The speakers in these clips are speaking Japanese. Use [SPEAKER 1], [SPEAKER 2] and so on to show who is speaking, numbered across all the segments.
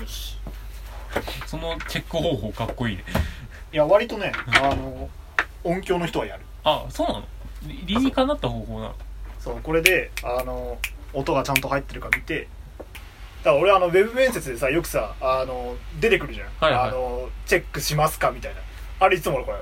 [SPEAKER 1] よし
[SPEAKER 2] そのチェック方法かっこいいね
[SPEAKER 1] いや割とねあの音響の人はやる
[SPEAKER 2] あそうなの理理にかなった方法なの
[SPEAKER 1] そうこれであの音がちゃんと入ってるか見てだから俺あのウェブ面接でさよくさあの出てくるじゃん、
[SPEAKER 2] はいはい
[SPEAKER 1] あのチェックしますかみたいなあれいつものこれ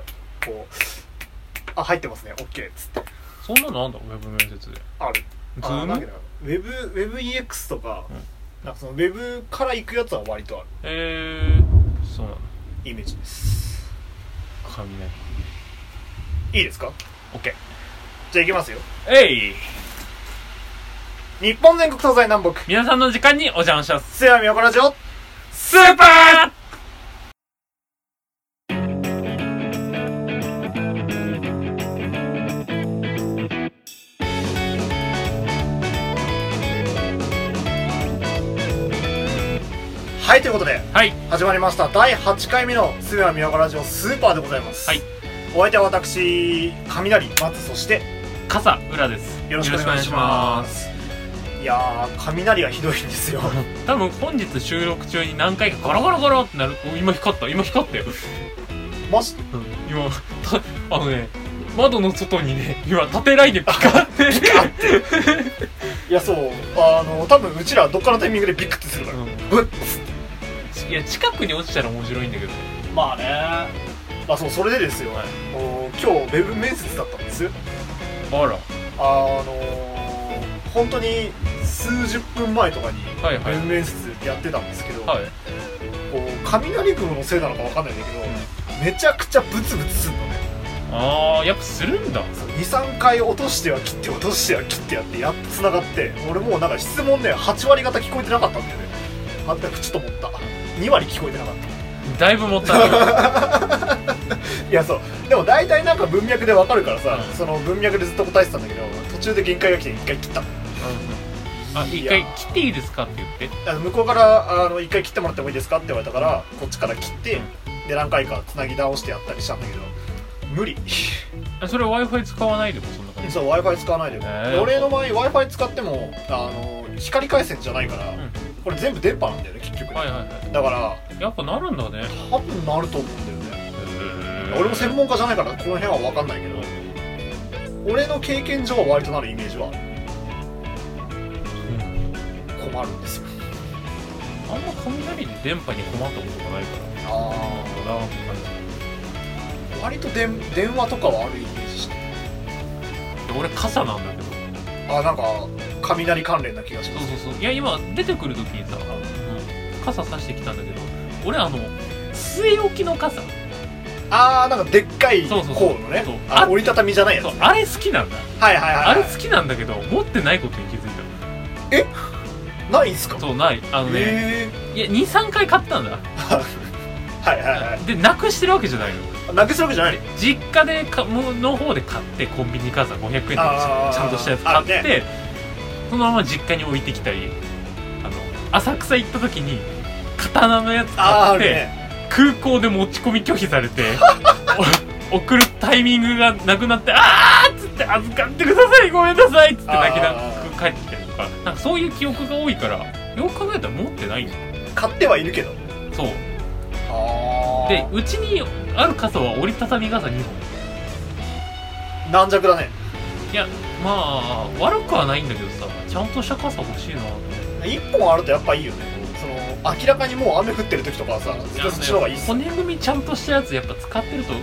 [SPEAKER 1] こうあ入ってますね OK っつって
[SPEAKER 2] そんなのあんだウェブ面接で
[SPEAKER 1] ある
[SPEAKER 2] ズ
[SPEAKER 1] あな
[SPEAKER 2] ー
[SPEAKER 1] んだっけ
[SPEAKER 2] ム
[SPEAKER 1] なウェブウェブ EX とか,、
[SPEAKER 2] うん
[SPEAKER 1] なんかそのウェブから行くやつは割とある
[SPEAKER 2] えー、そうなの
[SPEAKER 1] イメージです
[SPEAKER 2] 雷
[SPEAKER 1] いいですか
[SPEAKER 2] OK
[SPEAKER 1] じゃあ行きますよ
[SPEAKER 2] えい
[SPEAKER 1] 日本全国東西南北
[SPEAKER 2] 皆さんの時間にお邪魔します
[SPEAKER 1] 津山横ラジオ
[SPEAKER 2] スーパー
[SPEAKER 1] はいということで
[SPEAKER 2] はい
[SPEAKER 1] 始まりました第8回目の「すべはみわかラジオスーパー」でございます、
[SPEAKER 2] はい、
[SPEAKER 1] お相手は私雷松そして
[SPEAKER 2] 傘裏です
[SPEAKER 1] よろしくお願いしますいやー雷がひどいんですよ
[SPEAKER 2] 多分本日収録中に何回かガラガラガラってなるお今光った今光ったよ
[SPEAKER 1] マジ
[SPEAKER 2] 今たあのね窓の外にね今縦ラインでピカって
[SPEAKER 1] いやそうあの多分うちらどっかのタイミングでビクってするから、ブッつって
[SPEAKER 2] いや近くに落ちたら面白いんだけど
[SPEAKER 1] まあねあそうそれでですよ、
[SPEAKER 2] はい
[SPEAKER 1] もう今日ウェブ面接だったんです
[SPEAKER 2] あら
[SPEAKER 1] あのー、本当に数十分前とかにウ
[SPEAKER 2] はいはい
[SPEAKER 1] ェブ面接やってたんですけど、
[SPEAKER 2] はい
[SPEAKER 1] こう雷雲のせいなのかわかんないんだけど、めちゃくちゃブツブツすんのね
[SPEAKER 2] あーやっぱするんだ
[SPEAKER 1] 23回落としては切って落としては切ってやってやっと繋がって俺もうなんか質問ね8割方聞こえてなかったんだよねあったちょっと持った2割聞こえてなかっ
[SPEAKER 2] だいぶもった いない
[SPEAKER 1] たいやそうでも大体なんか文脈でわかるからさ、
[SPEAKER 2] うん
[SPEAKER 1] その文脈でずっと答えてたんだけど途中で限界が来て1回切った
[SPEAKER 2] あ一回切っていいですかって言って
[SPEAKER 1] あの向こうからあの1回切ってもらってもいいですかって言われたからこっちから切ってで何回か繋ぎ直してやったりしたんだけど無理
[SPEAKER 2] あそれ w i f i 使わないでもそんな感じ
[SPEAKER 1] そう w i f i 使わないで
[SPEAKER 2] へー
[SPEAKER 1] で俺の場合 w i f i 使ってもあの光回線じゃないから、
[SPEAKER 2] ん
[SPEAKER 1] これ全部電波なんだよね結局ね、
[SPEAKER 2] はいはいは
[SPEAKER 1] だから
[SPEAKER 2] いやっぱなるんだね
[SPEAKER 1] 多分なると思うんだよね俺も専門家じゃないからこの辺は分かんないけど俺の経験上は割となるイメージは
[SPEAKER 2] うん
[SPEAKER 1] 困るんですよ
[SPEAKER 2] あんま雷で電波に困ったことがないから
[SPEAKER 1] あ
[SPEAKER 2] なんかなって感
[SPEAKER 1] あ割とでん電話とかはあるイメージして
[SPEAKER 2] じで俺傘なんだけど
[SPEAKER 1] あなんか雷関連な気がし
[SPEAKER 2] そ
[SPEAKER 1] ま
[SPEAKER 2] う
[SPEAKER 1] す
[SPEAKER 2] そうそういや今出てくる時にさ、うん傘さしてきたんだけど俺あの据え置きの傘
[SPEAKER 1] あーなんかでっかい
[SPEAKER 2] そうそう
[SPEAKER 1] 方のね
[SPEAKER 2] そう
[SPEAKER 1] あ
[SPEAKER 2] あ
[SPEAKER 1] 折りたたみじゃないやつ
[SPEAKER 2] そう
[SPEAKER 1] はい
[SPEAKER 2] あれ好きなんだ、
[SPEAKER 1] はいはい
[SPEAKER 2] あれ
[SPEAKER 1] はい
[SPEAKER 2] 好きなんだけど持ってないことに気づい
[SPEAKER 1] ないんすか
[SPEAKER 2] たそうないあのね、
[SPEAKER 1] へ
[SPEAKER 2] いや23回買ったんだ、
[SPEAKER 1] えはいはいは
[SPEAKER 2] でなくしてるわけじゃないの
[SPEAKER 1] いなくすわけじゃないの
[SPEAKER 2] 実家でかもの方で買ってコンビニ傘500円とか
[SPEAKER 1] あー
[SPEAKER 2] ちゃんとしたやつ買っ
[SPEAKER 1] ある
[SPEAKER 2] て、そのまま実家に置いてきたりあの浅草行った時に刀のやつ
[SPEAKER 1] あー
[SPEAKER 2] 買
[SPEAKER 1] あ
[SPEAKER 2] っ
[SPEAKER 1] る
[SPEAKER 2] て、
[SPEAKER 1] ね
[SPEAKER 2] 空港で持ち込み拒否さ れてお送るタイミングがなくなって「あー!」っつって「預かってくださいごめんなさい」っつって泣きな
[SPEAKER 1] あー
[SPEAKER 2] く帰ってきたりとかなんかそういう記憶が多いからよく考えたら持ってないんだよ
[SPEAKER 1] 買ってはいるけど
[SPEAKER 2] そう
[SPEAKER 1] あ
[SPEAKER 2] でうちにある傘は折りたたみ傘2本
[SPEAKER 1] あ軟弱だね
[SPEAKER 2] いやまあ悪くはないんだけどさちゃんとした傘欲しいなって
[SPEAKER 1] 1本あるとやっぱいいよねその明らかにもう雨降ってる時とかはさ絶対そっちの方がいいっす
[SPEAKER 2] 骨組みちゃんとしたやつやっぱ使ってると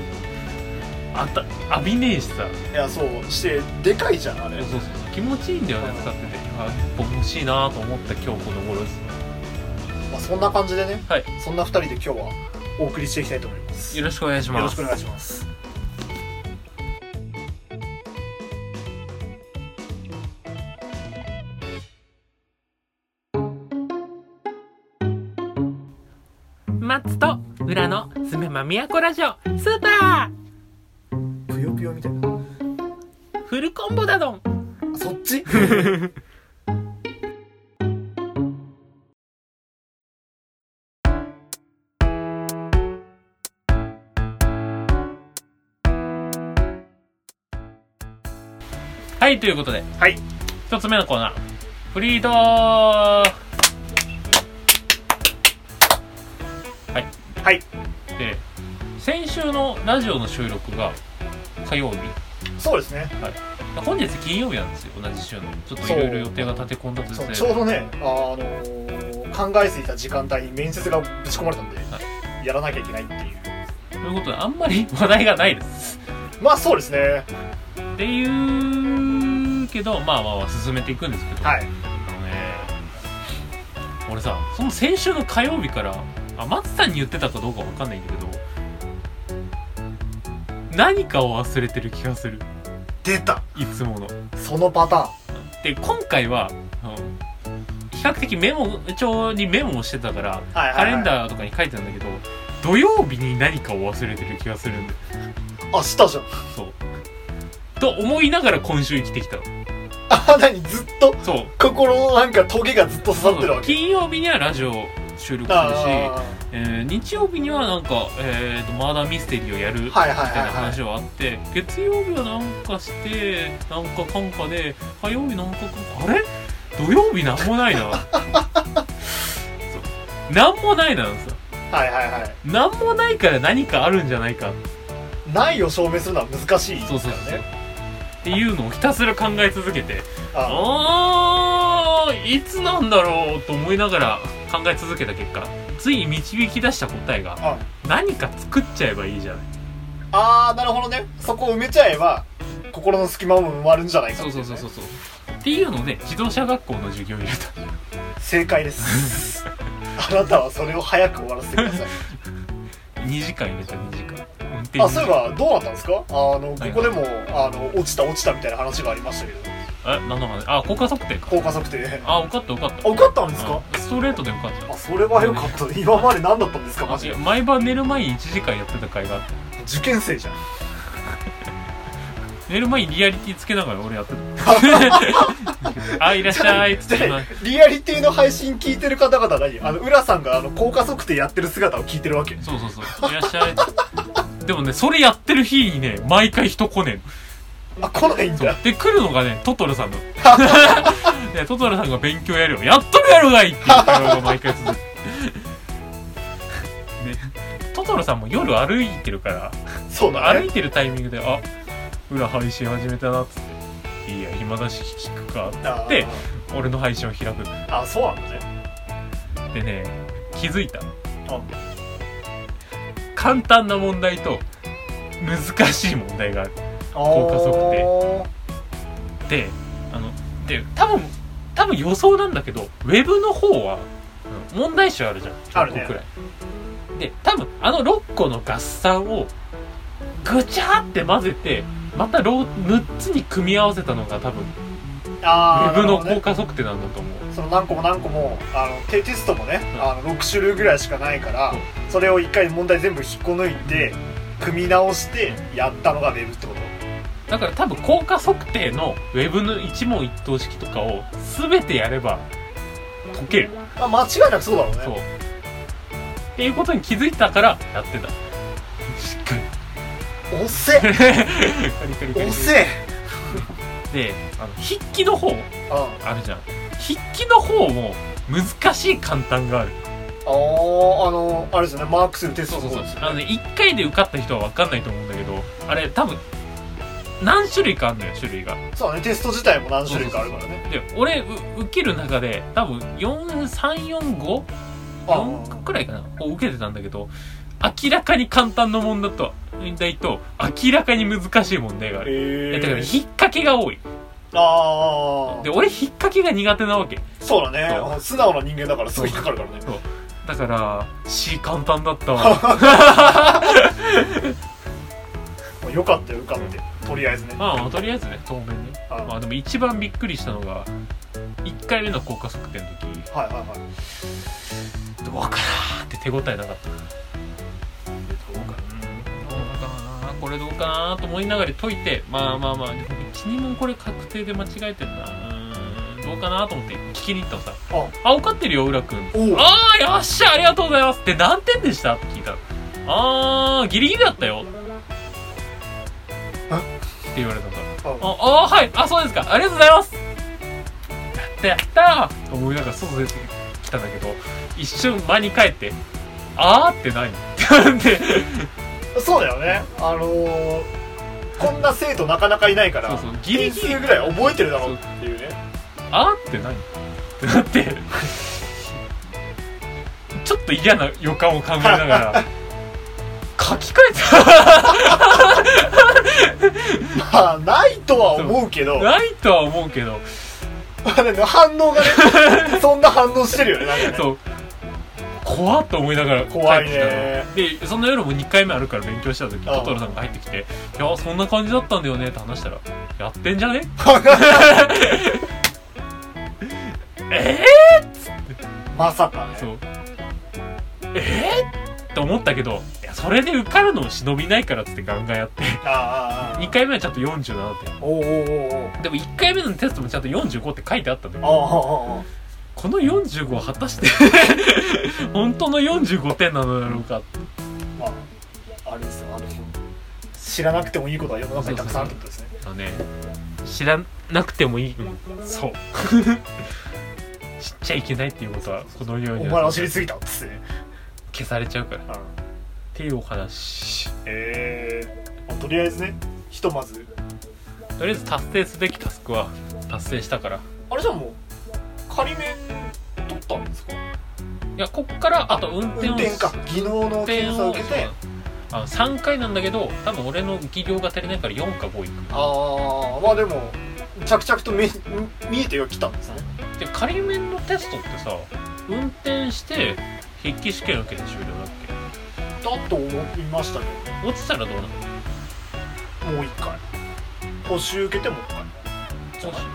[SPEAKER 2] あた浴びねえしさ
[SPEAKER 1] いやそうしてでかいじゃんあれ
[SPEAKER 2] そうそうそう気持ちいいんだよね使っててあ一本欲しいなと思った今日この頃です
[SPEAKER 1] まあ、そんな感じでね、
[SPEAKER 2] はい
[SPEAKER 1] そんな2人で今日はお送りしていきたいと思います
[SPEAKER 2] よろしくお願いし
[SPEAKER 1] よ
[SPEAKER 2] ま
[SPEAKER 1] ろし
[SPEAKER 2] す
[SPEAKER 1] くお願いします
[SPEAKER 2] 松と裏のすめまみやこラジオスーパ
[SPEAKER 1] ぷよぷよみたいな
[SPEAKER 2] ーフルコンボだどん
[SPEAKER 1] あそっち
[SPEAKER 2] はいということで
[SPEAKER 1] はい
[SPEAKER 2] 一つ目のコーナーフリードー
[SPEAKER 1] はい
[SPEAKER 2] で先週のラジオの収録が火曜日
[SPEAKER 1] そうですね
[SPEAKER 2] 本日金曜日なんですよ同じ週のちょっといろいろ予定が立て込んだとです
[SPEAKER 1] そう
[SPEAKER 2] ね
[SPEAKER 1] ちょうどねあのー考えすぎた時間帯に面接がぶち込まれたんで、
[SPEAKER 2] は
[SPEAKER 1] やらなきゃいけないっていう
[SPEAKER 2] ということであんまり 話題がないです
[SPEAKER 1] まあそうですね
[SPEAKER 2] っていうけどまあまあまあ進めていくんですけど、
[SPEAKER 1] はい
[SPEAKER 2] あのね俺さその先週の火曜日からあ松さんに言ってたかどうかわかんないんだけど何かを忘れてる気がする
[SPEAKER 1] 出た
[SPEAKER 2] いつもの
[SPEAKER 1] そのパターン
[SPEAKER 2] で今回はあの比較的メモ帳にメモをしてたから
[SPEAKER 1] はいは
[SPEAKER 2] カ
[SPEAKER 1] い、はい、
[SPEAKER 2] レンダーとかに書いてたんだけど土曜日に何かを忘れてる気がするんだよ
[SPEAKER 1] 明日じゃん
[SPEAKER 2] そうと思いながら今週生きてきたの
[SPEAKER 1] あ何ずっと
[SPEAKER 2] そう
[SPEAKER 1] 心のなんかトゲがずっと刺さってるわけ
[SPEAKER 2] 金曜日にはラジオ収録するし
[SPEAKER 1] あ
[SPEAKER 2] えー日曜日にはなんか、えーとマーダーミステリーをやるみ
[SPEAKER 1] ーは
[SPEAKER 2] た
[SPEAKER 1] い
[SPEAKER 2] いな
[SPEAKER 1] はいはいはい
[SPEAKER 2] 話はあって、月曜日はなんかしてなんかかんかで火曜日なんかかんかあれ土曜日なんもな いなそうなんもないなのさ
[SPEAKER 1] はいはいはい
[SPEAKER 2] なんもないから何かあるんじゃないか
[SPEAKER 1] ないを証明するのは難しいです
[SPEAKER 2] そ
[SPEAKER 1] か
[SPEAKER 2] うそう
[SPEAKER 1] ら
[SPEAKER 2] そう
[SPEAKER 1] ね
[SPEAKER 2] っていうのをひたすら考え続けて
[SPEAKER 1] あ
[SPEAKER 2] あーいつなんだろうと思いながら考え続けた結果ついに導き出した答えが
[SPEAKER 1] あ
[SPEAKER 2] 何か作っちゃえばいいじゃない
[SPEAKER 1] あーなるほどねそこを埋めちゃえば心の隙間も埋まるんじゃないか
[SPEAKER 2] そうそうそうそううそうっていうので自動車学校の授業を入れた
[SPEAKER 1] 正解です あなたはそれを早く終わらせてください
[SPEAKER 2] 2時間入れた2時間運転
[SPEAKER 1] あそういえ
[SPEAKER 2] ば
[SPEAKER 1] ばどうなったんですかあのここでもあの落ちた落ちたみたいな話がありましたけど
[SPEAKER 2] え何の話あ効果測定か
[SPEAKER 1] 効果測定
[SPEAKER 2] あ受かった受かった
[SPEAKER 1] あ受かったんですか
[SPEAKER 2] うんストレートで受かっ
[SPEAKER 1] あそれはよかった今まで何だったんですか
[SPEAKER 2] た
[SPEAKER 1] マ
[SPEAKER 2] あい
[SPEAKER 1] ジで
[SPEAKER 2] や毎晩寝る前に1時間やってた回があって
[SPEAKER 1] 受験生じゃん
[SPEAKER 2] 寝る前にリアリティつけながら俺やって たあいらっしゃいっつって今
[SPEAKER 1] リアリティの配信聞いてる方々は何あの浦さんがあの効果測定やってる姿を聞いてるわけ
[SPEAKER 2] そうそうそういらっしゃいっつってでもねそれやってる日にね毎回人来ねえの
[SPEAKER 1] あ来ないん
[SPEAKER 2] そう
[SPEAKER 1] だ
[SPEAKER 2] で来るのがねトトロさんのでトトロさんが勉強やるよやっとるやろがいって言ったのが毎回続くねトトロさんも夜歩いてるから
[SPEAKER 1] そうだ
[SPEAKER 2] 歩
[SPEAKER 1] ね
[SPEAKER 2] いてるタイミングであ裏配信始めたなっつっていいや暇だし聞くか
[SPEAKER 1] あ
[SPEAKER 2] で俺の配信を開く
[SPEAKER 1] あそうなんだね
[SPEAKER 2] でね気づいた
[SPEAKER 1] あ
[SPEAKER 2] 簡単な問題と難しい問題がある効果測
[SPEAKER 1] 定
[SPEAKER 2] であので多分多分予想なんだけどウェブの方は問題集あるじゃん
[SPEAKER 1] あるね
[SPEAKER 2] 6個くらいで多分あの6個の合算をぐちゃって混ぜてまたろう6つに組み合わせたのが多分ウ
[SPEAKER 1] あ
[SPEAKER 2] ェ
[SPEAKER 1] ー
[SPEAKER 2] ブ
[SPEAKER 1] な
[SPEAKER 2] の
[SPEAKER 1] る
[SPEAKER 2] 効
[SPEAKER 1] ほどね
[SPEAKER 2] 果測定なんだと思う
[SPEAKER 1] その何個も何個もあのテテストもね、
[SPEAKER 2] うん
[SPEAKER 1] あの6種類ぐらいしかないから
[SPEAKER 2] そう
[SPEAKER 1] それを一回問題全部引っこ抜いて組み直してやったのがウェブってこと
[SPEAKER 2] だから多分効果測定のウェブの一問一答式とかを全てやれば解ける
[SPEAKER 1] あ間違いなくそうだろうね
[SPEAKER 2] そうっていうことに気づいたからやってたしっかり
[SPEAKER 1] おっせ
[SPEAKER 2] カリカリカリ
[SPEAKER 1] おっせ
[SPEAKER 2] であの筆記の方
[SPEAKER 1] あ
[SPEAKER 2] あるじゃん筆記の方も難しい簡単がある
[SPEAKER 1] あーあのあれですよねマークするテストの方ですよね
[SPEAKER 2] あのね1回で受かった人は分かんないと思うんだけどあれ多分何種類かあるのよ種類が
[SPEAKER 1] そうだねテスト自体も何種類かあるからね
[SPEAKER 2] で俺う受ける中で多分43454
[SPEAKER 1] あ
[SPEAKER 2] くらいかなを受けてたんだけど明らかに簡単な問題と問題と明らかに難しい問題がある
[SPEAKER 1] え
[SPEAKER 2] え
[SPEAKER 1] え
[SPEAKER 2] だから引っ掛けが多い
[SPEAKER 1] ああ
[SPEAKER 2] で俺引っ掛けが苦手なわけ
[SPEAKER 1] そうだね
[SPEAKER 2] そう
[SPEAKER 1] あ素直な人間だからすぐ引っかかるからね
[SPEAKER 2] だから C 簡単だったわ
[SPEAKER 1] もうよかったよ受かってとりあえずね
[SPEAKER 2] まあまあとりあえずね当面ね
[SPEAKER 1] あ
[SPEAKER 2] まあでも一番びっくりしたのが1回目の効果測定の時
[SPEAKER 1] はいはいはい
[SPEAKER 2] どうかなーって手応えなかったどうかなどうかなこれどうかなと思いながら解いてまあまあまあでも12問これ確定で間違えてるなうーんどうかなと思って聞きに行ったのさ
[SPEAKER 1] あ
[SPEAKER 2] あ、受かってるよ、浦くん。
[SPEAKER 1] おう
[SPEAKER 2] ああ、よっしゃ、ありがとうございます。って何点でしたって聞いたら。あー、ギリギリだったよ。
[SPEAKER 1] あ
[SPEAKER 2] って言われたから。
[SPEAKER 1] あ
[SPEAKER 2] あ、あーはい。あ、そうですか。ありがとうございます。やったやったーと 思いながら外出てきたんだけど、一瞬間に帰って、あーってないの。間で
[SPEAKER 1] そうだよねあのーこんな生徒なかなかいないから
[SPEAKER 2] そうそうギリギリ
[SPEAKER 1] 点数ぐらい覚えてるだろうっていうね
[SPEAKER 2] あーって何ってなってちょっと嫌な予感を考えながら書き換
[SPEAKER 1] まあないとは思うけど
[SPEAKER 2] えた ないとは思うけど
[SPEAKER 1] なんか反応が ねそんな反応してるよねなん かね
[SPEAKER 2] そう怖っと思いながら帰ってきた
[SPEAKER 1] 怖いね
[SPEAKER 2] のでその夜も2回目あるから勉強した時
[SPEAKER 1] ああ
[SPEAKER 2] トトロさんが入ってきて「いやそんな感じだったんだよね」って話したら「やってんじゃね?ええ
[SPEAKER 1] まさかね
[SPEAKER 2] そうえー、って思ったけどいやそれで受かるのを忍びないからっつってガンガンやって
[SPEAKER 1] ああああ
[SPEAKER 2] 2回目はちゃんと47点
[SPEAKER 1] おうおうおうおう
[SPEAKER 2] でも1回目のテストもちゃんと45って書いてあったんだけ
[SPEAKER 1] ああ
[SPEAKER 2] ど
[SPEAKER 1] ああああ
[SPEAKER 2] この45は果 たして本当の45点なのだろうかって
[SPEAKER 1] まああれですよあの知らなくてもいいことは世の中にたくさんあるってことですね
[SPEAKER 2] あのね知らなくてもいい、うん、そう 知っちゃいけないっていうことはこのよう
[SPEAKER 1] お
[SPEAKER 2] に
[SPEAKER 1] 前ら知りすぎたっつってね
[SPEAKER 2] 消されちゃうからっ
[SPEAKER 1] うん
[SPEAKER 2] ていうお話
[SPEAKER 1] えーまあとりあえずねひとまず
[SPEAKER 2] とりあえず達成すべきタスクは達成したから
[SPEAKER 1] あれじゃあもう仮面取ったんですか
[SPEAKER 2] いやこっからあと運転
[SPEAKER 1] 運
[SPEAKER 2] を
[SPEAKER 1] 転か技能の検査を受けて
[SPEAKER 2] あの3回なんだけど多分俺の技量が足りないから4か5いく
[SPEAKER 1] ああまあでも着々と見見えてはきたんですね
[SPEAKER 2] で仮面のテストってさ運転して筆記試験受けて終了だっ
[SPEAKER 1] だと思いましたけ
[SPEAKER 2] け落ちたらどうなの
[SPEAKER 1] どもう一回補習受けてもう一回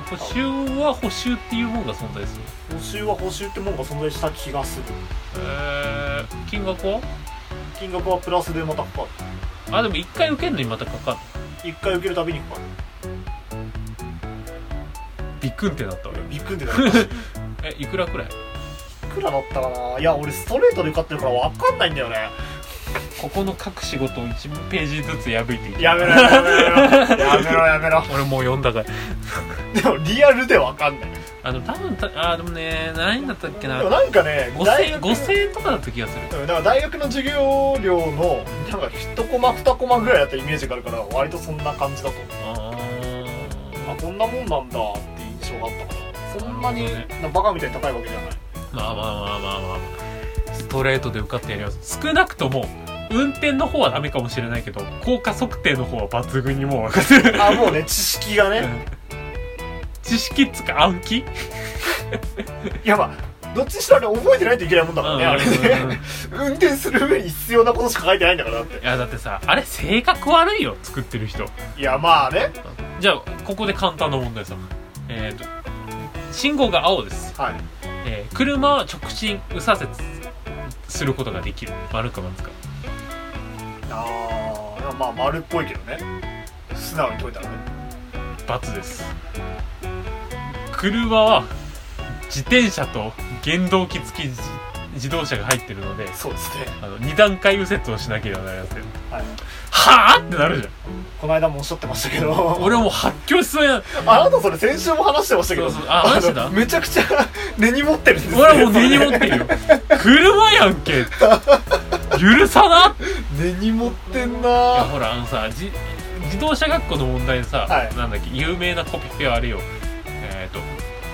[SPEAKER 2] 補補習は補習っていうもんが存在する
[SPEAKER 1] 補習は補習ってもんが存在した気がする
[SPEAKER 2] えー、金額は
[SPEAKER 1] 金額はプラスでまたかか
[SPEAKER 2] あでも1回受けるのにまたかかる
[SPEAKER 1] る一回受けるたびにかかる
[SPEAKER 2] ビックンってなった俺
[SPEAKER 1] びっくりでなりましたい
[SPEAKER 2] えいくらくらい
[SPEAKER 1] くらだったかないや俺ストレートで受かってるから分かんないんだよね
[SPEAKER 2] ここの各仕事を1ページずつ破いていく
[SPEAKER 1] やめろやめろやめろやめろやめろ
[SPEAKER 2] 俺もう読んだから
[SPEAKER 1] でもリアルで分かんない
[SPEAKER 2] あの多分たあでもね何だったっけ
[SPEAKER 1] でも
[SPEAKER 2] な
[SPEAKER 1] なんかね大
[SPEAKER 2] 5000
[SPEAKER 1] 学
[SPEAKER 2] 5000円とかだった気がする
[SPEAKER 1] うんなんか大学の授業料のなんか1コマ2コマぐらいだったイメージがあるから割とそんな感じだと
[SPEAKER 2] あ
[SPEAKER 1] あこんなもんなんだって印象があったからそんなに
[SPEAKER 2] なるほ
[SPEAKER 1] なバカみたいに高いわけじゃない
[SPEAKER 2] ーまあまあまあまあまあ、まあ、ストレートで受かってやります少なくとも運転の方はダメかもしれないけど効果測定の方は抜群にもう分かってる
[SPEAKER 1] あもうね知識がね
[SPEAKER 2] 知識っつうか暗記
[SPEAKER 1] いやまあどっちにしろあれ覚えてないといけないもん だからねあれ
[SPEAKER 2] うんうんうん
[SPEAKER 1] ね運転する上に必要なことしか書いてないんだからだって
[SPEAKER 2] いやだってさあれ性格悪いよ作ってる人
[SPEAKER 1] いやまあね
[SPEAKER 2] じゃあここで簡単な問題さえっ、と信号が青です、
[SPEAKER 1] はい
[SPEAKER 2] えー車は直進右左折することができる丸か丸か
[SPEAKER 1] あーまあ丸っぽいけどね素直に解いたらね
[SPEAKER 2] ×です車は自転車と原動機付き自自動車が入ってるので
[SPEAKER 1] そうですね
[SPEAKER 2] あの2段階右折をしなければなりません
[SPEAKER 1] はい
[SPEAKER 2] はあってなるじ
[SPEAKER 1] この間もおっしゃってましたけ
[SPEAKER 2] ゃ
[SPEAKER 1] ど
[SPEAKER 2] ん俺はもう発狂しそうや
[SPEAKER 1] あなたそれ先週も話してましたけど
[SPEAKER 2] そうそうあ話してた
[SPEAKER 1] のめちゃくちゃ 根に持ってるんです
[SPEAKER 2] 俺はもう根に持ってるよ車やんけ許さなってい
[SPEAKER 1] 根に持ってん
[SPEAKER 2] や
[SPEAKER 1] な
[SPEAKER 2] ほらあのさじ自動車学校の問題でさ、
[SPEAKER 1] はい
[SPEAKER 2] なんだっけ有名なコピペはあれよえっ、と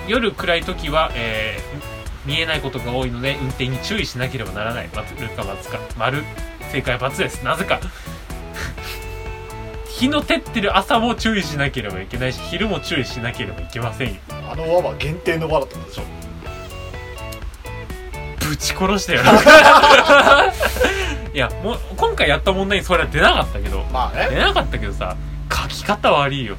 [SPEAKER 2] 夜暗い時は、えー見えないことが多いので運転に注意しなければならない×か×か丸正解は×ですなぜか日の照ってる朝も注意しなければいけないし昼も注意しなければいけませんよ
[SPEAKER 1] あの輪は限定の輪だったんでしょ
[SPEAKER 2] ぶち 殺したよいやもう今回やった問題にそれは出なかったけど
[SPEAKER 1] まあ
[SPEAKER 2] 出
[SPEAKER 1] ね
[SPEAKER 2] なかったけどさ書き方悪いよ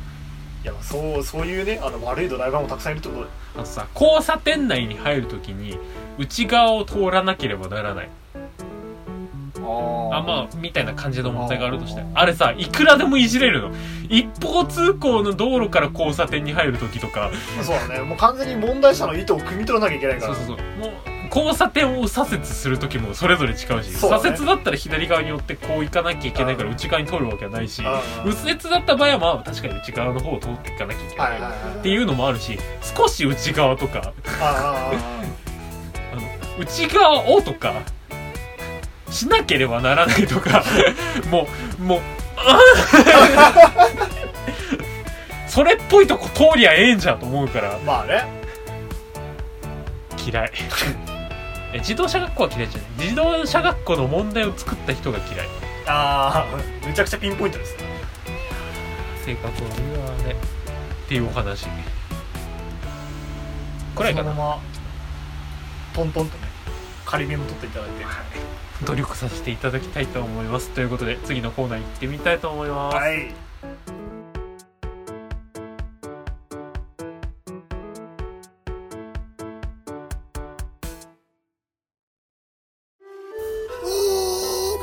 [SPEAKER 1] いやそうそういうねあの悪いドライバーもたくさんいるってことで
[SPEAKER 2] あとさ交差点内に入るときに内側を通らなければならない
[SPEAKER 1] あ
[SPEAKER 2] あまあみたいな感じの問題があるとして
[SPEAKER 1] あー
[SPEAKER 2] あれさいくらでもいじれるの一方通行の道路から交差点に入るときとか
[SPEAKER 1] そうだねもう完全に問題者の意図を汲み取らなきゃいけないか
[SPEAKER 2] そ
[SPEAKER 1] ら
[SPEAKER 2] うそうそうもう交差点を左折するときもそれぞれ違うし
[SPEAKER 1] そうだね
[SPEAKER 2] 左折だったら左側に寄ってこう行かなきゃいけないから内側に通るわけはないし
[SPEAKER 1] うん
[SPEAKER 2] 右折だった場合はまあ確かに内側の方を通っていかなきゃいけない、
[SPEAKER 1] はいはいはい
[SPEAKER 2] っていうのもあるし少し内側とか
[SPEAKER 1] ああああああ
[SPEAKER 2] あの内側をとかしなければならないとか もうもうあん それっぽいとこ通りゃええんじゃんと思うから
[SPEAKER 1] まあね
[SPEAKER 2] 嫌い え自動車学校は嫌いじゃない自動車学校の問題を作った人が嫌い
[SPEAKER 1] ああめちゃくちゃピンポイントですね
[SPEAKER 2] 性格悪いわあれっていうお話これ
[SPEAKER 1] そ
[SPEAKER 2] か
[SPEAKER 1] の
[SPEAKER 2] な
[SPEAKER 1] ままトントンとね仮面も取っていただいて
[SPEAKER 2] 努力させていただきたいと思いますということで次のコーナー行ってみたいと思います、
[SPEAKER 1] はい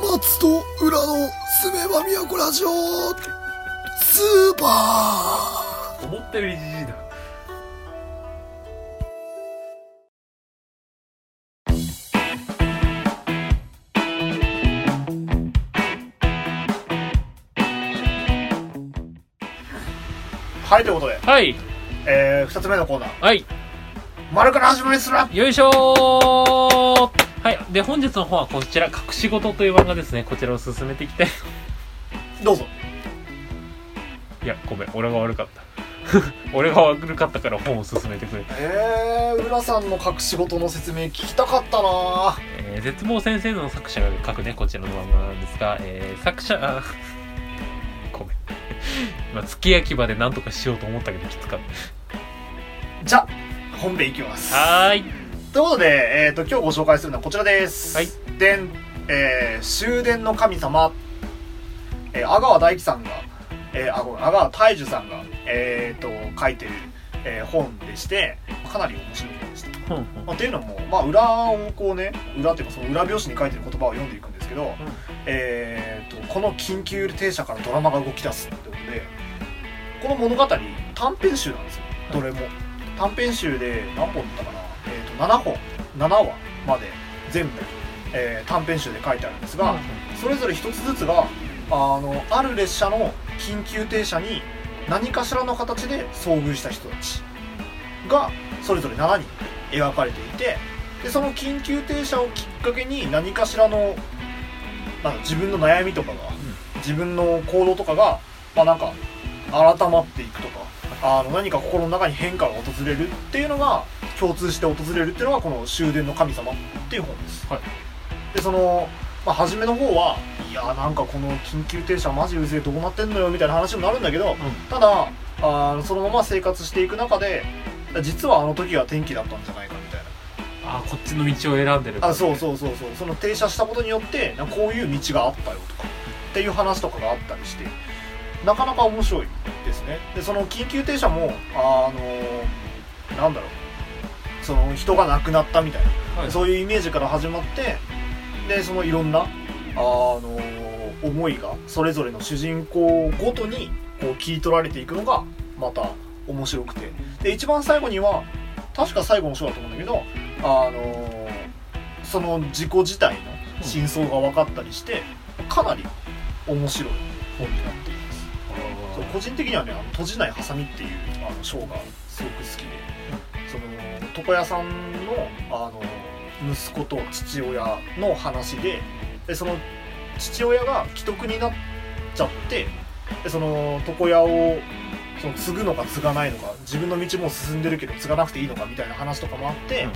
[SPEAKER 3] 松と裏のすめば都ラジオスーパ
[SPEAKER 2] 思ったよりじじいだ
[SPEAKER 1] はいということで、
[SPEAKER 2] はい
[SPEAKER 1] えー、2つ目のコーナー
[SPEAKER 2] はい
[SPEAKER 1] 「丸から始まりするな
[SPEAKER 2] よいしょーはいで本日の本はこちら「隠し事」という漫画ですねこちらを進めていきたい」
[SPEAKER 1] どうぞ
[SPEAKER 2] いやごめん俺が悪かった 俺が悪かったから本を進めてくれ
[SPEAKER 1] えー、浦さんの隠し事の説明聞きたかったなぁ
[SPEAKER 2] えー絶望先生の作者が書くねこちらの漫画なんですが、えー作者あ ごめん 今月焼き場で何とかしようと思ったけどきつかっ
[SPEAKER 1] じゃ本編いきます
[SPEAKER 2] たはーい
[SPEAKER 1] ということで、えー、と今日ご紹介するのはこちらです、
[SPEAKER 2] はい
[SPEAKER 1] でんえー終電の神様、えー阿川大樹さんが、えーあごめん阿川大樹さんが、えー、と書いてる、えー本でしてかなり面白い本でした、
[SPEAKER 2] ほん
[SPEAKER 1] まあ、っていうのも、まあ、裏をこうね裏というかその裏表紙に書いてる言葉を読んでいくんですけど、えー、とこの緊急停車からドラマが動き出すってことでこの物語短編集なんですよどれも、短編集で何本だったかな、えー、と7本7話まで全部、えー短編集で書いてあるんですが、それぞれ一つずつがあのある列車の緊急停車に何かしらの形で遭遇した人たちがそれぞれ7人描かれていてでその緊急停車をきっかけに何かしらのなんか自分の悩みとかが、自分の行動とかが、まあ、なんか改まっていくとかあの何か心の中に変化が訪れるっていうのが共通して訪れるっていうのがこの「終電の神様」っていう本です。
[SPEAKER 2] はい
[SPEAKER 1] でその、まあ、初めの方はいやなんかこの緊急停車マジうぜえどうなってんのよみたいな話にもなるんだけど、ただあのそのまま生活していく中で実はあの時が天気だったんじゃないかみたいな。
[SPEAKER 2] あこっちの道を選んでる
[SPEAKER 1] あそうそうそうそうその停車したことによってなんかこういう道があったよとかっていう話とかがあったりしてなかなか面白いですねでその緊急停車もあのなんだろうその人が亡くなったみたいな
[SPEAKER 2] はい
[SPEAKER 1] そういうイメージから始まってでそのいろんなあの思いがそれぞれの主人公ごとにこう切り取られていくのがまた面白くてで一番最後には確か最後の章だと思うんだけどあのその事故自体の真相が分かったりして、かなり面白い本になっていますそう個人的にはね「あの閉じないハサミ」っていうあのショーがすごく好きでその床屋さんのあの息子と父親の話ででその父親が既得になっちゃってでその床屋をその継ぐのか継がないのか自分の道もう進んでるけど継がなくていいのかみたいな話とかもあって、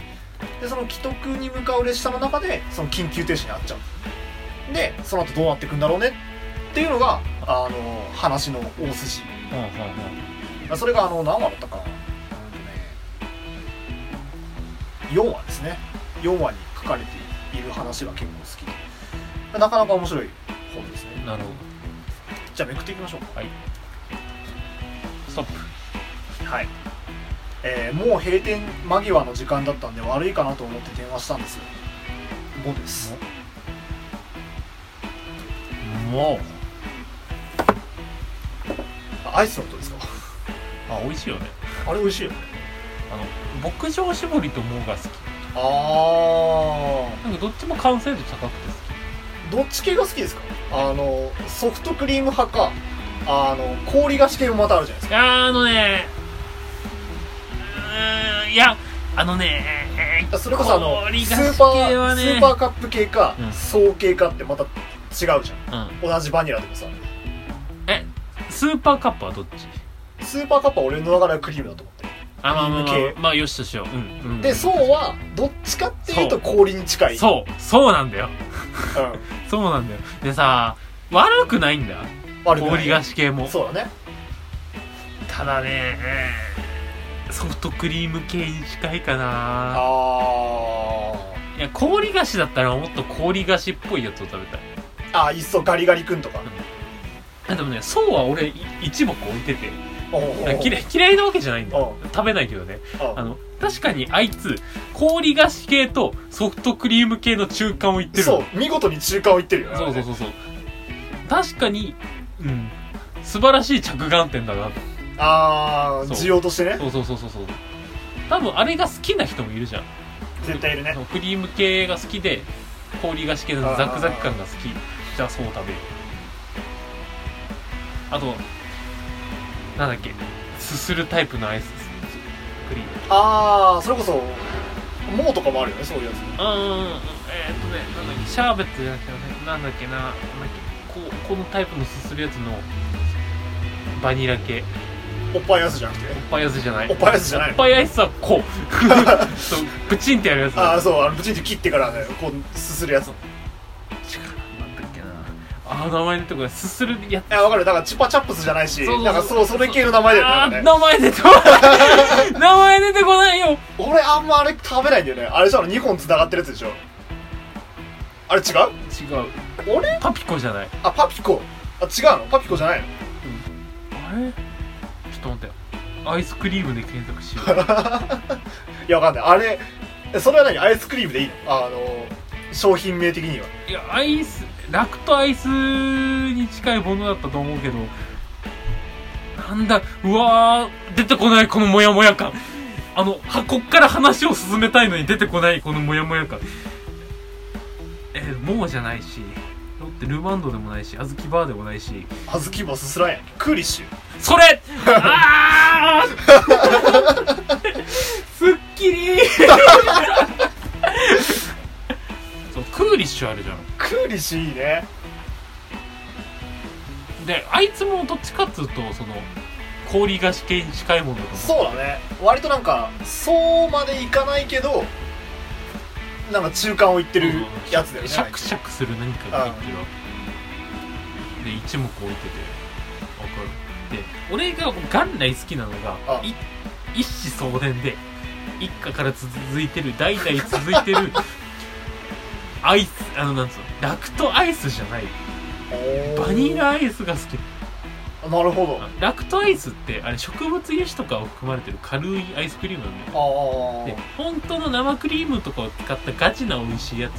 [SPEAKER 1] でその既得に向かう列車の中でその緊急停止になっちゃうでその後どうなっていくんだろうねっていうのがあの話の大筋
[SPEAKER 2] うんうんうん
[SPEAKER 1] それがあの何話だったかな4話ですね4話に書かれている話が結構好きでなかなか面白い本ですね
[SPEAKER 2] なるほ
[SPEAKER 1] じゃあめくっていきましょうか
[SPEAKER 2] どストップ
[SPEAKER 1] はい、えーもう閉店間際の時間だったんで悪いかなと思って電話したんですよ5です
[SPEAKER 2] もう
[SPEAKER 1] あアイスの音ですか
[SPEAKER 2] あ美味しいよね
[SPEAKER 1] あれ美味しいよね
[SPEAKER 2] あの牧場絞りとモが好き
[SPEAKER 1] あ
[SPEAKER 2] なんかどっちも完成度高くて
[SPEAKER 1] ー
[SPEAKER 2] 好
[SPEAKER 1] どっち系が好きですかあのソフトクリーム派かあの氷菓子系もまたあるじゃないです
[SPEAKER 2] きいやーあのねうーんいやあのねい
[SPEAKER 1] それこそあの
[SPEAKER 2] 氷
[SPEAKER 1] ス
[SPEAKER 2] 菓
[SPEAKER 1] ー
[SPEAKER 2] 子
[SPEAKER 1] パ
[SPEAKER 2] 系
[SPEAKER 1] ー
[SPEAKER 2] は
[SPEAKER 1] ス
[SPEAKER 2] ね
[SPEAKER 1] ーパーカップ系か
[SPEAKER 2] うん
[SPEAKER 1] 層系かってまた違うじゃん
[SPEAKER 2] うん、
[SPEAKER 1] 同じバニラでもさ
[SPEAKER 2] えスーパーカップはどっち
[SPEAKER 1] スーパーカップは俺の中ではクリームだと思ってる
[SPEAKER 2] あまあまあま
[SPEAKER 1] ク
[SPEAKER 2] あ
[SPEAKER 1] リーム系
[SPEAKER 2] まあよしとしよう、うんうん、
[SPEAKER 1] で層はどっちかっていうと氷に近い
[SPEAKER 2] そうそうなんだよ
[SPEAKER 1] うん
[SPEAKER 2] そうなんだよでさ悪くないんだ
[SPEAKER 1] 悪くない
[SPEAKER 2] 氷菓子系も
[SPEAKER 1] そうだね
[SPEAKER 2] ただねソフトクリーム系に近いかな
[SPEAKER 1] あ
[SPEAKER 2] いや氷菓子だったらもっと氷菓子っぽいやつを食べたい
[SPEAKER 1] ーあーいっそガリガリ君とか
[SPEAKER 2] あでもねそうは俺い一目置いてて
[SPEAKER 1] おうおうおう
[SPEAKER 2] あ嫌い嫌いなわけじゃないんだよ
[SPEAKER 1] う
[SPEAKER 2] 食べないけどね
[SPEAKER 1] うん
[SPEAKER 2] あの確かにあいつ氷菓子系とソフトクリーム系の中間を言ってるの
[SPEAKER 1] そう見事に中間をいってるよね
[SPEAKER 2] そうそうそうそう確かにうん素晴らしい着眼点だな
[SPEAKER 1] ああ
[SPEAKER 2] そう
[SPEAKER 1] 需要としてね
[SPEAKER 2] そうそうそうそうそう多分あれが好きな人もいるじゃん
[SPEAKER 1] 絶対いるね
[SPEAKER 2] クリーム系が好きで氷菓子系のザクザク感が好きじゃあそう食べるあとなんだっけすするタイプのアイスクリーム
[SPEAKER 1] ああそれこそもうとかもあるよねそういうやつ
[SPEAKER 2] うんうんうんえーっとねなんだっけシャーベットじゃなくてなんだっけななんだっけこうこのタイプのすするやつのバニラ系
[SPEAKER 1] おっぱいやつじゃなくて
[SPEAKER 2] おっぱいアイスじゃない
[SPEAKER 1] おっぱいやつじゃない
[SPEAKER 2] おっ
[SPEAKER 1] の
[SPEAKER 2] ぱいアイスはこうそう プチンってやるやつ
[SPEAKER 1] あ
[SPEAKER 2] だ
[SPEAKER 1] あそうあのブチンって切ってからねこうすするやつ
[SPEAKER 2] 力なんだっけなあー名前出てこないすするやつ
[SPEAKER 1] いやわかるだからチュパチャップスじゃないし
[SPEAKER 2] そうそうそう
[SPEAKER 1] なんかそうそれ系の名前だよね
[SPEAKER 2] あ
[SPEAKER 1] な
[SPEAKER 2] ー
[SPEAKER 1] んかね
[SPEAKER 2] 名前出てこない名前出てこないよ
[SPEAKER 1] 俺あんまあれ食べないんだよねあれじゃあ2本繋がってるやつでしょあれ違う
[SPEAKER 2] 違う
[SPEAKER 1] 俺
[SPEAKER 2] パピコじゃない
[SPEAKER 1] あパピコあ違うのパピコじゃないの
[SPEAKER 2] あれちょっと待ってよアイスクリームで検索しよ う
[SPEAKER 1] いやわかんないあれえそれは何アイスクリームでいいのあの商品名的にはい
[SPEAKER 2] やアイスラクトアイスに近いものだったと思うけどなんだうわー出てこないこのモヤモヤ感あのはこっから話を進めたいのに出てこないこのモヤモヤ感えー、もうじゃないしロッテルマンドでもないしあずきバーでもないし
[SPEAKER 1] 小豆もすすらんやんクーリッシュ
[SPEAKER 2] それあーすっきりそうクーリッシュあるじゃん
[SPEAKER 1] クーリッシュいいね
[SPEAKER 2] であいつもどっちかっつうとその氷菓子系に近いものだと思
[SPEAKER 1] そうだね割となんかそうまでいかないけどなんか中間をいって
[SPEAKER 2] う
[SPEAKER 1] る
[SPEAKER 2] うん
[SPEAKER 1] やつだよね
[SPEAKER 2] シャクシャクする何かが入ってるわけで一目置いててわかるで俺が元来好きなのが
[SPEAKER 1] あ
[SPEAKER 2] い一子相伝で一家から続いてる代々続い てるアイスあのなんつうのラクトアイスじゃない
[SPEAKER 1] おー
[SPEAKER 2] バニラアイスが好き
[SPEAKER 1] なるほどあ
[SPEAKER 2] ラクトアイスってあれ植物油脂とかを含まれてる軽いアイスクリームなんだよ
[SPEAKER 1] あ
[SPEAKER 2] で本当の生クリームとかを使ったガチな美味しいやつっ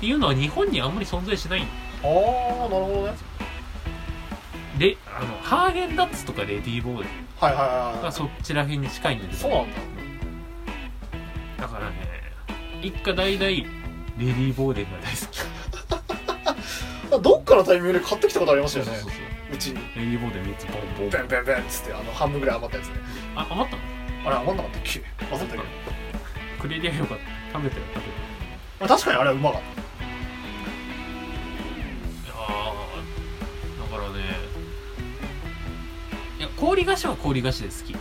[SPEAKER 2] ていうのは日本にあんまり存在しない
[SPEAKER 1] ああなるほどね
[SPEAKER 2] であのハーゲンダッツとかレディーボーイ
[SPEAKER 1] はいはいはいは
[SPEAKER 2] が
[SPEAKER 1] い
[SPEAKER 2] そっちら辺に近いんだけど
[SPEAKER 1] そうなんだ
[SPEAKER 2] だからね一家代々レディーボーデンが大好き
[SPEAKER 1] どっかのタイミングで買ってきたことありましたよね
[SPEAKER 2] そう
[SPEAKER 1] うちに
[SPEAKER 2] レディーボーデン3つボンボン
[SPEAKER 1] ベンベンベンっつってあの半分ぐらい余ったやつね
[SPEAKER 2] あ余ったの
[SPEAKER 1] あれ余んなかったっけ忘れたけど
[SPEAKER 2] くれりゃよかった食べたよ食べたよ
[SPEAKER 1] あ確かにあれはうまかっ
[SPEAKER 2] いやーだからねいや氷菓子は氷菓子で好きだ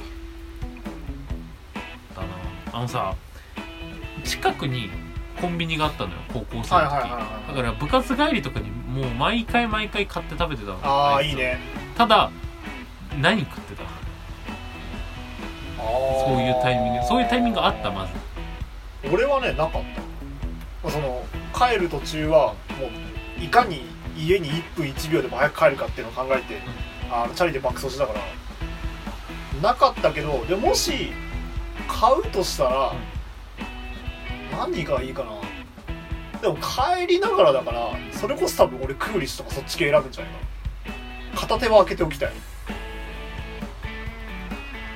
[SPEAKER 2] なあのさ近くにコンビニがあったのよ高校生の時、
[SPEAKER 1] たはいはいはいはい
[SPEAKER 2] だから部活帰りとかにもう毎回毎回買って食べてたの
[SPEAKER 1] ああ
[SPEAKER 2] つ
[SPEAKER 1] いいね
[SPEAKER 2] ただ何食ってたそういうタイミングそういうタイミングがあったまず
[SPEAKER 1] ず俺はねなかったまあその帰る途中はもういかに家に1分1秒でも早く帰るかっていうのを考えて、あのチャリで爆走してたからなかったけどでもし買うとしたら、何がいいかなでも帰りながらだからそれこそ多分俺クーリッシュとかそっち系選ぶんじゃないかな片手は開けておきたい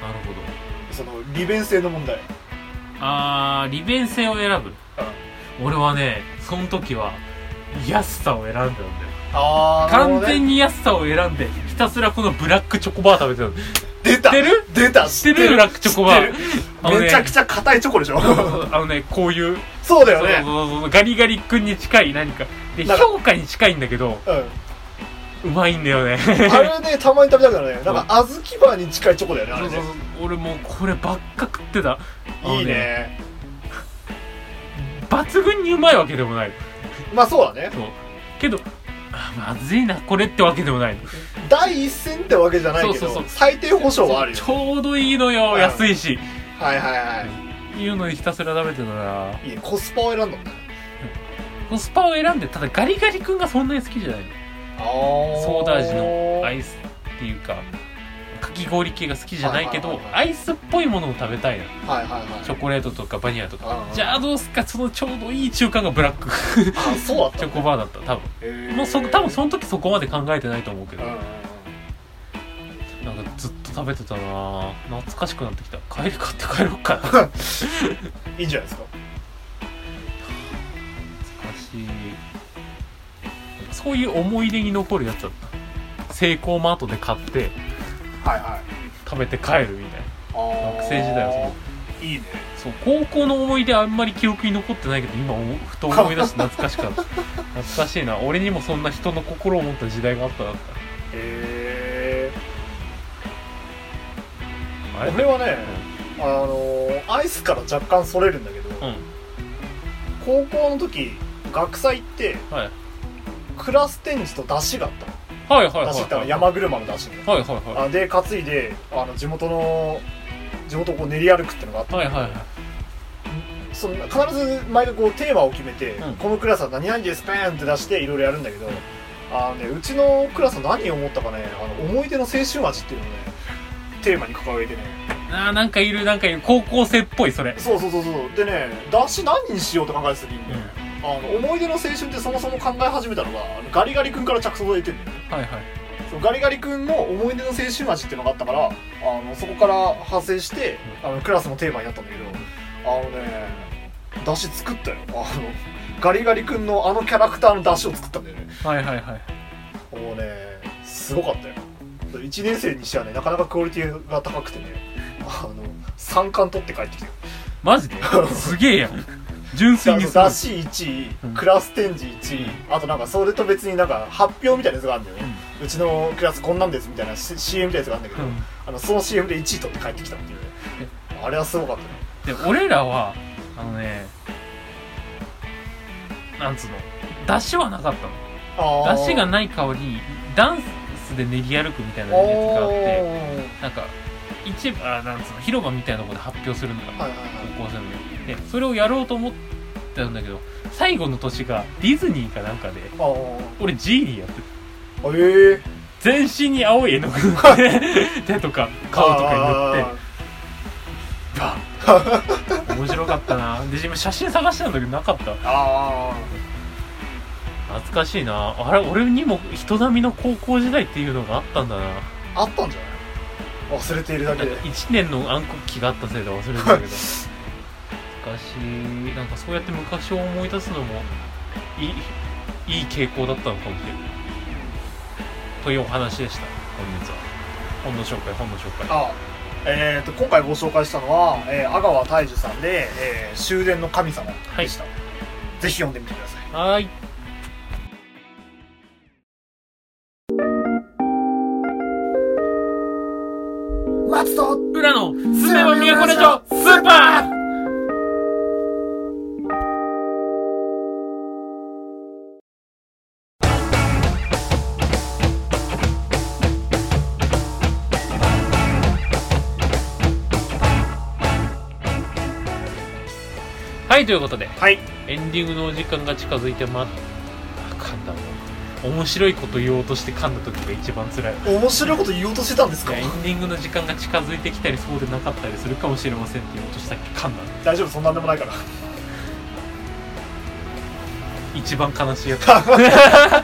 [SPEAKER 2] なるほど
[SPEAKER 1] その利便性の問題
[SPEAKER 2] あー利便性を選ぶ俺はねその時は安さを選んだんだよ
[SPEAKER 1] ああ
[SPEAKER 2] 完全に安さを選んでひたすらこのブラックチョコバー食べて
[SPEAKER 1] 出
[SPEAKER 2] たの
[SPEAKER 1] た
[SPEAKER 2] ってる
[SPEAKER 1] 出た
[SPEAKER 2] 知ってるラックチョコは
[SPEAKER 1] 知ってるめちゃくちゃ硬いチョコでしょ
[SPEAKER 2] あのねこういう
[SPEAKER 1] そうだ
[SPEAKER 2] そう
[SPEAKER 1] よ
[SPEAKER 2] そ
[SPEAKER 1] ね
[SPEAKER 2] うそうそうガリガリ君に近い何かで
[SPEAKER 1] なんか
[SPEAKER 2] 評価に近いんだけど
[SPEAKER 1] うん
[SPEAKER 2] うまいんだよね
[SPEAKER 1] あれねたまに食べたくなるねなんか小豆バーに近いチョコだよねあ
[SPEAKER 2] そ
[SPEAKER 1] れ
[SPEAKER 2] うそう
[SPEAKER 1] ね
[SPEAKER 2] そう俺もうこればっか食ってたあの
[SPEAKER 1] いいね
[SPEAKER 2] 抜群にうまいわけでもない
[SPEAKER 1] まあそうだね
[SPEAKER 2] そうけどあまずいなこれってわけでもない
[SPEAKER 1] 第一線ってわけじゃないけ
[SPEAKER 2] そうそう
[SPEAKER 1] ど
[SPEAKER 2] そう
[SPEAKER 1] 最低保証はあるよ
[SPEAKER 2] ちょうどいいのよ
[SPEAKER 1] うん
[SPEAKER 2] 安いし
[SPEAKER 1] はいはいは
[SPEAKER 2] いうのにひたすら食べてたら
[SPEAKER 1] いいいねコスパを選んだんだね
[SPEAKER 2] コスパを選んでただガリガリ君がそんなに好きじゃない
[SPEAKER 1] あー
[SPEAKER 2] ソーダ味のアイスっていうかかき氷系が好きじゃないけ
[SPEAKER 1] はい
[SPEAKER 2] ど
[SPEAKER 1] はいはいは
[SPEAKER 2] アイスっぽいものを食べたいな
[SPEAKER 1] はいはいはい
[SPEAKER 2] チョコレートとかバニラとか
[SPEAKER 1] うん
[SPEAKER 2] じゃあどうすっかそのちょうどいい中間がブラック
[SPEAKER 1] あ そうだった
[SPEAKER 2] チョコバーだった多分
[SPEAKER 1] へー
[SPEAKER 2] もうそ多分その時そこまで考えてないと思うけ
[SPEAKER 1] う
[SPEAKER 2] ど
[SPEAKER 1] んうんう
[SPEAKER 2] なんんかずっと食べてたな懐かしくなってきた帰り買って帰ろう かな懐か
[SPEAKER 1] いいんじゃないですか
[SPEAKER 2] しいそういう思い出に残るやつだったセイコーマートで買って
[SPEAKER 1] はいはい
[SPEAKER 2] 食べて帰るみたいな
[SPEAKER 1] 学
[SPEAKER 2] 学生時代はその
[SPEAKER 1] いいね
[SPEAKER 2] そう高校の思い出あんまり記憶に残ってないけど今思うふと思い出して懐かしかっ た懐かしいな俺にもそんな人の心を持った時代があったなって
[SPEAKER 1] へ
[SPEAKER 2] あ
[SPEAKER 1] え俺
[SPEAKER 2] れ
[SPEAKER 1] はねあのーアイスから若干それるんだけど、
[SPEAKER 2] うん
[SPEAKER 1] 高校の時学祭って
[SPEAKER 2] はい
[SPEAKER 1] クラス展示と出汁があったの
[SPEAKER 2] はいはいはい
[SPEAKER 1] 出汁ってあ
[SPEAKER 2] は
[SPEAKER 1] の
[SPEAKER 2] い
[SPEAKER 1] 山車の出汁ね
[SPEAKER 2] はいはいは
[SPEAKER 1] あで担いであの地元の地元をこう練り歩くってのがあっ
[SPEAKER 2] い
[SPEAKER 1] た
[SPEAKER 2] はいはいはい
[SPEAKER 1] その必ず毎回こうテーマを決めて、
[SPEAKER 2] うん
[SPEAKER 1] このクラスは何々ですペーンって出していろいろやるんだけど、あのね、うちのクラスは何を思ったかねあの思い出の青春味っていうのをねテーマに掲げてね
[SPEAKER 2] あーなんかいるなんかいる高校生っぽいそれ
[SPEAKER 1] そうそうそうそうでね出汁何にしようって考えてた時にね、あの思い出の青春ってそもそも考え始めたのがあのガリガリ君から着想が出てるんだよね
[SPEAKER 2] はいはい
[SPEAKER 1] そうガリガリ君の思い出の青春味っていうのがあったからあのそこから派生してあのクラスのテーマになったんだけどあのね出汁作ったよあのガリガリ君のあのキャラクターの出汁を作ったんだよね
[SPEAKER 2] はいはいはい
[SPEAKER 1] もうねすごかったよ1年生にしてはねなかなかクオリティが高くてねあの3冠取って帰ってきたよ
[SPEAKER 2] マ ジですげえやん純粋にすごい
[SPEAKER 1] 雑誌1
[SPEAKER 2] うん
[SPEAKER 1] 位クラス展示1位、あとなんかそれと別になんか発表みたいなやつがあるんだよね、うちのクラスこんなんですみたいな C- CM みたいなやつがあるんだけ
[SPEAKER 2] う
[SPEAKER 1] ど、
[SPEAKER 2] ん
[SPEAKER 1] あのその CM で1位取って帰ってきたっていうねあれはすごかったね
[SPEAKER 2] で俺らはあのねなんつうの出汁はなかったの
[SPEAKER 1] あ
[SPEAKER 2] 出汁が
[SPEAKER 1] な
[SPEAKER 2] ない代わりにダンスで練り歩くみたいなやつがあってなんか一部あなんつうの広場みたいなとこで発表するのかな
[SPEAKER 1] はいはいはい
[SPEAKER 2] 高校生の時でそれをやろうと思ったんだけど最後の年がディズニーかなんかで
[SPEAKER 1] あー
[SPEAKER 2] 俺ジーニーやってた
[SPEAKER 1] あええー、
[SPEAKER 2] 全身に青い絵の具塗って手とか顔とかに塗ってバン面白かったなで自分写真探したんだけどなかった
[SPEAKER 1] あーあ
[SPEAKER 2] 懐かしいなあれ俺にも人並みの高校時代っていうのがあったんだな
[SPEAKER 1] ーあったんじゃない忘れているだけで
[SPEAKER 2] 1年の暗黒期があったせいで忘れてたけど昔なんかそうやって昔を思い出すのもいいいい傾向だったのかもしれないというお話でした本日は本の紹介本の紹介
[SPEAKER 1] あえー、と今回ご紹介したのは、えー、阿川泰樹さんで、えー終電の神様」でした、ぜひ読んでみてください
[SPEAKER 2] はーい
[SPEAKER 3] 松と
[SPEAKER 2] 裏のすめば都ラジオスーパーはいということで
[SPEAKER 1] はい
[SPEAKER 2] エンディングのお時間が近づいてまあ噛んだな面白いこと言おうとして噛んだ時が一番辛い
[SPEAKER 1] 面白いこと言おうとしてたんですか
[SPEAKER 2] エンディングの時間が近づいてきたりそうでなかったりするかもしれませんっていうことしたっけ噛んだ
[SPEAKER 1] 大丈夫そんなんでもない から
[SPEAKER 2] 一番悲しいやつは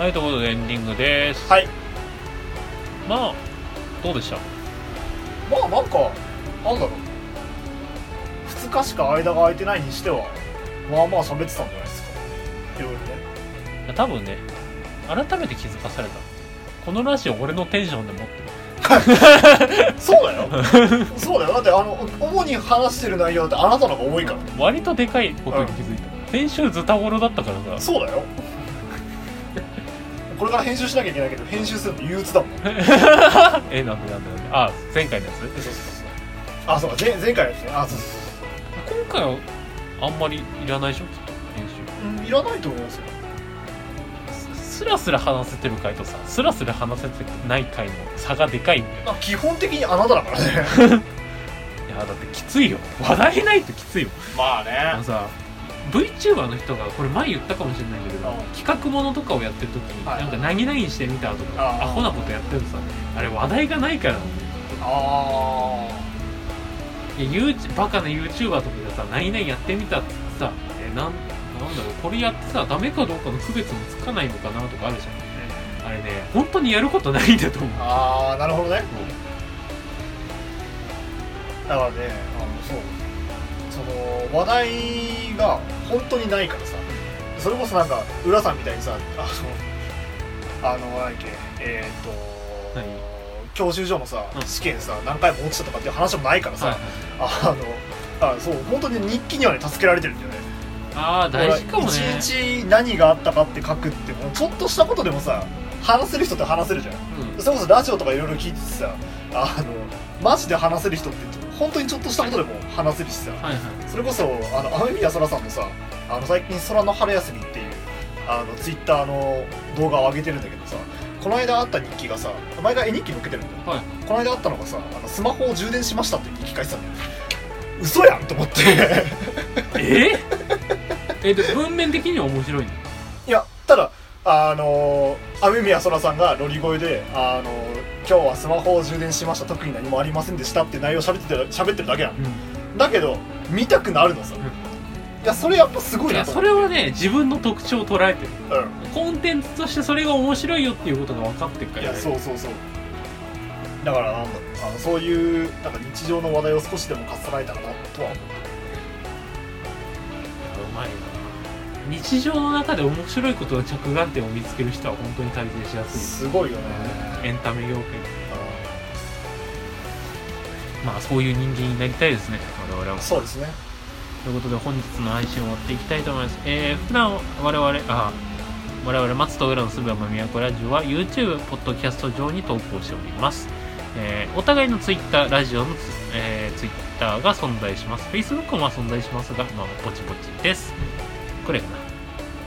[SPEAKER 2] いということでエンディングです
[SPEAKER 1] はい
[SPEAKER 2] まあどうでした
[SPEAKER 1] まあなんかなんだろう2日しか間が空いてないにしてはまあまあ喋ってたんじゃないですかいろいろね
[SPEAKER 2] 多分ね改めて気づかされたこのラジオ俺のテンションで持ってる
[SPEAKER 1] かいそうだよ そうだよだってあの主に話してる内容だってあなたの方が多いから
[SPEAKER 2] 割とでかいことに気づいた、先週ズタボロだったからさ
[SPEAKER 1] そうだよこれから編集しなきゃいけないけど編集するって憂鬱だもん
[SPEAKER 2] えなんでなんでなんであ前回のやつ
[SPEAKER 1] そうそうそうあそうか前前回ですねあそうそうそう
[SPEAKER 2] 今回はあんまりいらないでしょきっと編集
[SPEAKER 1] そううんいらないと思いますよ
[SPEAKER 2] スラスラ話せてる回とさスラスラ話せてない回の差がでかいんだよ
[SPEAKER 1] まあ基本的にあなただからね
[SPEAKER 2] いやだってきついよ話題ないときついよ
[SPEAKER 1] まあ
[SPEAKER 2] あの
[SPEAKER 1] ね
[SPEAKER 2] さ VTuber の人がこれ前言ったかもしれないんだけど
[SPEAKER 1] あ
[SPEAKER 2] 企画ものとかをやってる時に
[SPEAKER 1] はい
[SPEAKER 2] なんか何々してみたとか
[SPEAKER 1] あ
[SPEAKER 2] アホなことやってるとさあれ話題がないからなんだよ
[SPEAKER 1] あ
[SPEAKER 2] いや YouTube バカな YouTuber とかがさ何々やってみたっつってさえなんなんだろうこれやってさダメかどうかの区別もつかないのかなとかあるじ
[SPEAKER 1] ー
[SPEAKER 2] ゃんあれね本当にやることないんだと思う
[SPEAKER 1] あーなるほどねだからねあのそうその話題が本当にないからさそれこそなんか浦さんみたいにさあのあの何だっけえーっと、
[SPEAKER 2] 何
[SPEAKER 1] 教習所のさ、
[SPEAKER 2] うん
[SPEAKER 1] 試験さ何回も落ちたとかっていう話もないからさ、
[SPEAKER 2] はいはい
[SPEAKER 1] あのあそう本当に日記にはね助けられてるんだよね
[SPEAKER 2] ああ大事かもね
[SPEAKER 1] 一日何があったかって書くってもうちょっとしたことでもさ話せる人って話せるじゃん
[SPEAKER 2] うん
[SPEAKER 1] それこそラジオとかいろいろ聞いててさあのマジで話せる人って本当にちょっとしたことでも話せるしさ
[SPEAKER 2] はいはい
[SPEAKER 1] それこそあの雨宮空さんのさあの最近「空の春休み」っていうあのツイッターの動画を上げてるんだけどさこの間あった日記がさ毎回絵日記載っけてるんだよ
[SPEAKER 2] はい
[SPEAKER 1] この間あったのがさあのスマホを充電しましたっていう日記書いてたんだよ嘘やんと思って
[SPEAKER 2] え えで文面的には面白いの
[SPEAKER 1] いやただあの雨宮空さんがロリ声で「あの今日はスマホを充電しました特に何もありませんでした」って内容喋ってた喋ってるだけやんだけど見たくなるのさ、
[SPEAKER 2] ん
[SPEAKER 1] いやそれやっぱすご
[SPEAKER 2] い
[SPEAKER 1] い
[SPEAKER 2] や
[SPEAKER 1] なと
[SPEAKER 2] そ
[SPEAKER 1] 思
[SPEAKER 2] れはね自分の特徴を捉えてる
[SPEAKER 1] うう
[SPEAKER 2] コンテンツとしてそれが面白いよっていうことが分かってるか
[SPEAKER 1] んい
[SPEAKER 2] ら
[SPEAKER 1] や
[SPEAKER 2] ね
[SPEAKER 1] そうそうそうだからなんだあのそういうなんか日常の話題を少しでもかっさらえたらなとは思う
[SPEAKER 2] うまいな日常の中で面白いことの着眼点を見つける人は本当に体験しやす
[SPEAKER 1] すごいよね
[SPEAKER 2] いエンタメ業界まあそういう人間になりたいですね我々
[SPEAKER 1] う
[SPEAKER 2] は
[SPEAKER 1] んそうですね
[SPEAKER 2] ということで本日の配信を終わっていきたいと思いますえー、普段我々あ我々松と浦のすべはまみやこラジオは YouTube、ポッドキャスト上に投稿しております。えーお互いの Twitter、ラジオのつ、えー、Twitter が存在します。Facebook も存在しますが、まあ、ぼちぼちです。これか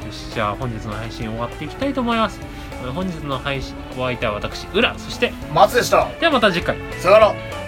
[SPEAKER 2] な。よし、じゃあ本日の配信終わっていきたいと思います。えー本日の配信、お相手は私、浦、そして、
[SPEAKER 1] 松でした
[SPEAKER 2] ではまた次回。
[SPEAKER 1] さよなら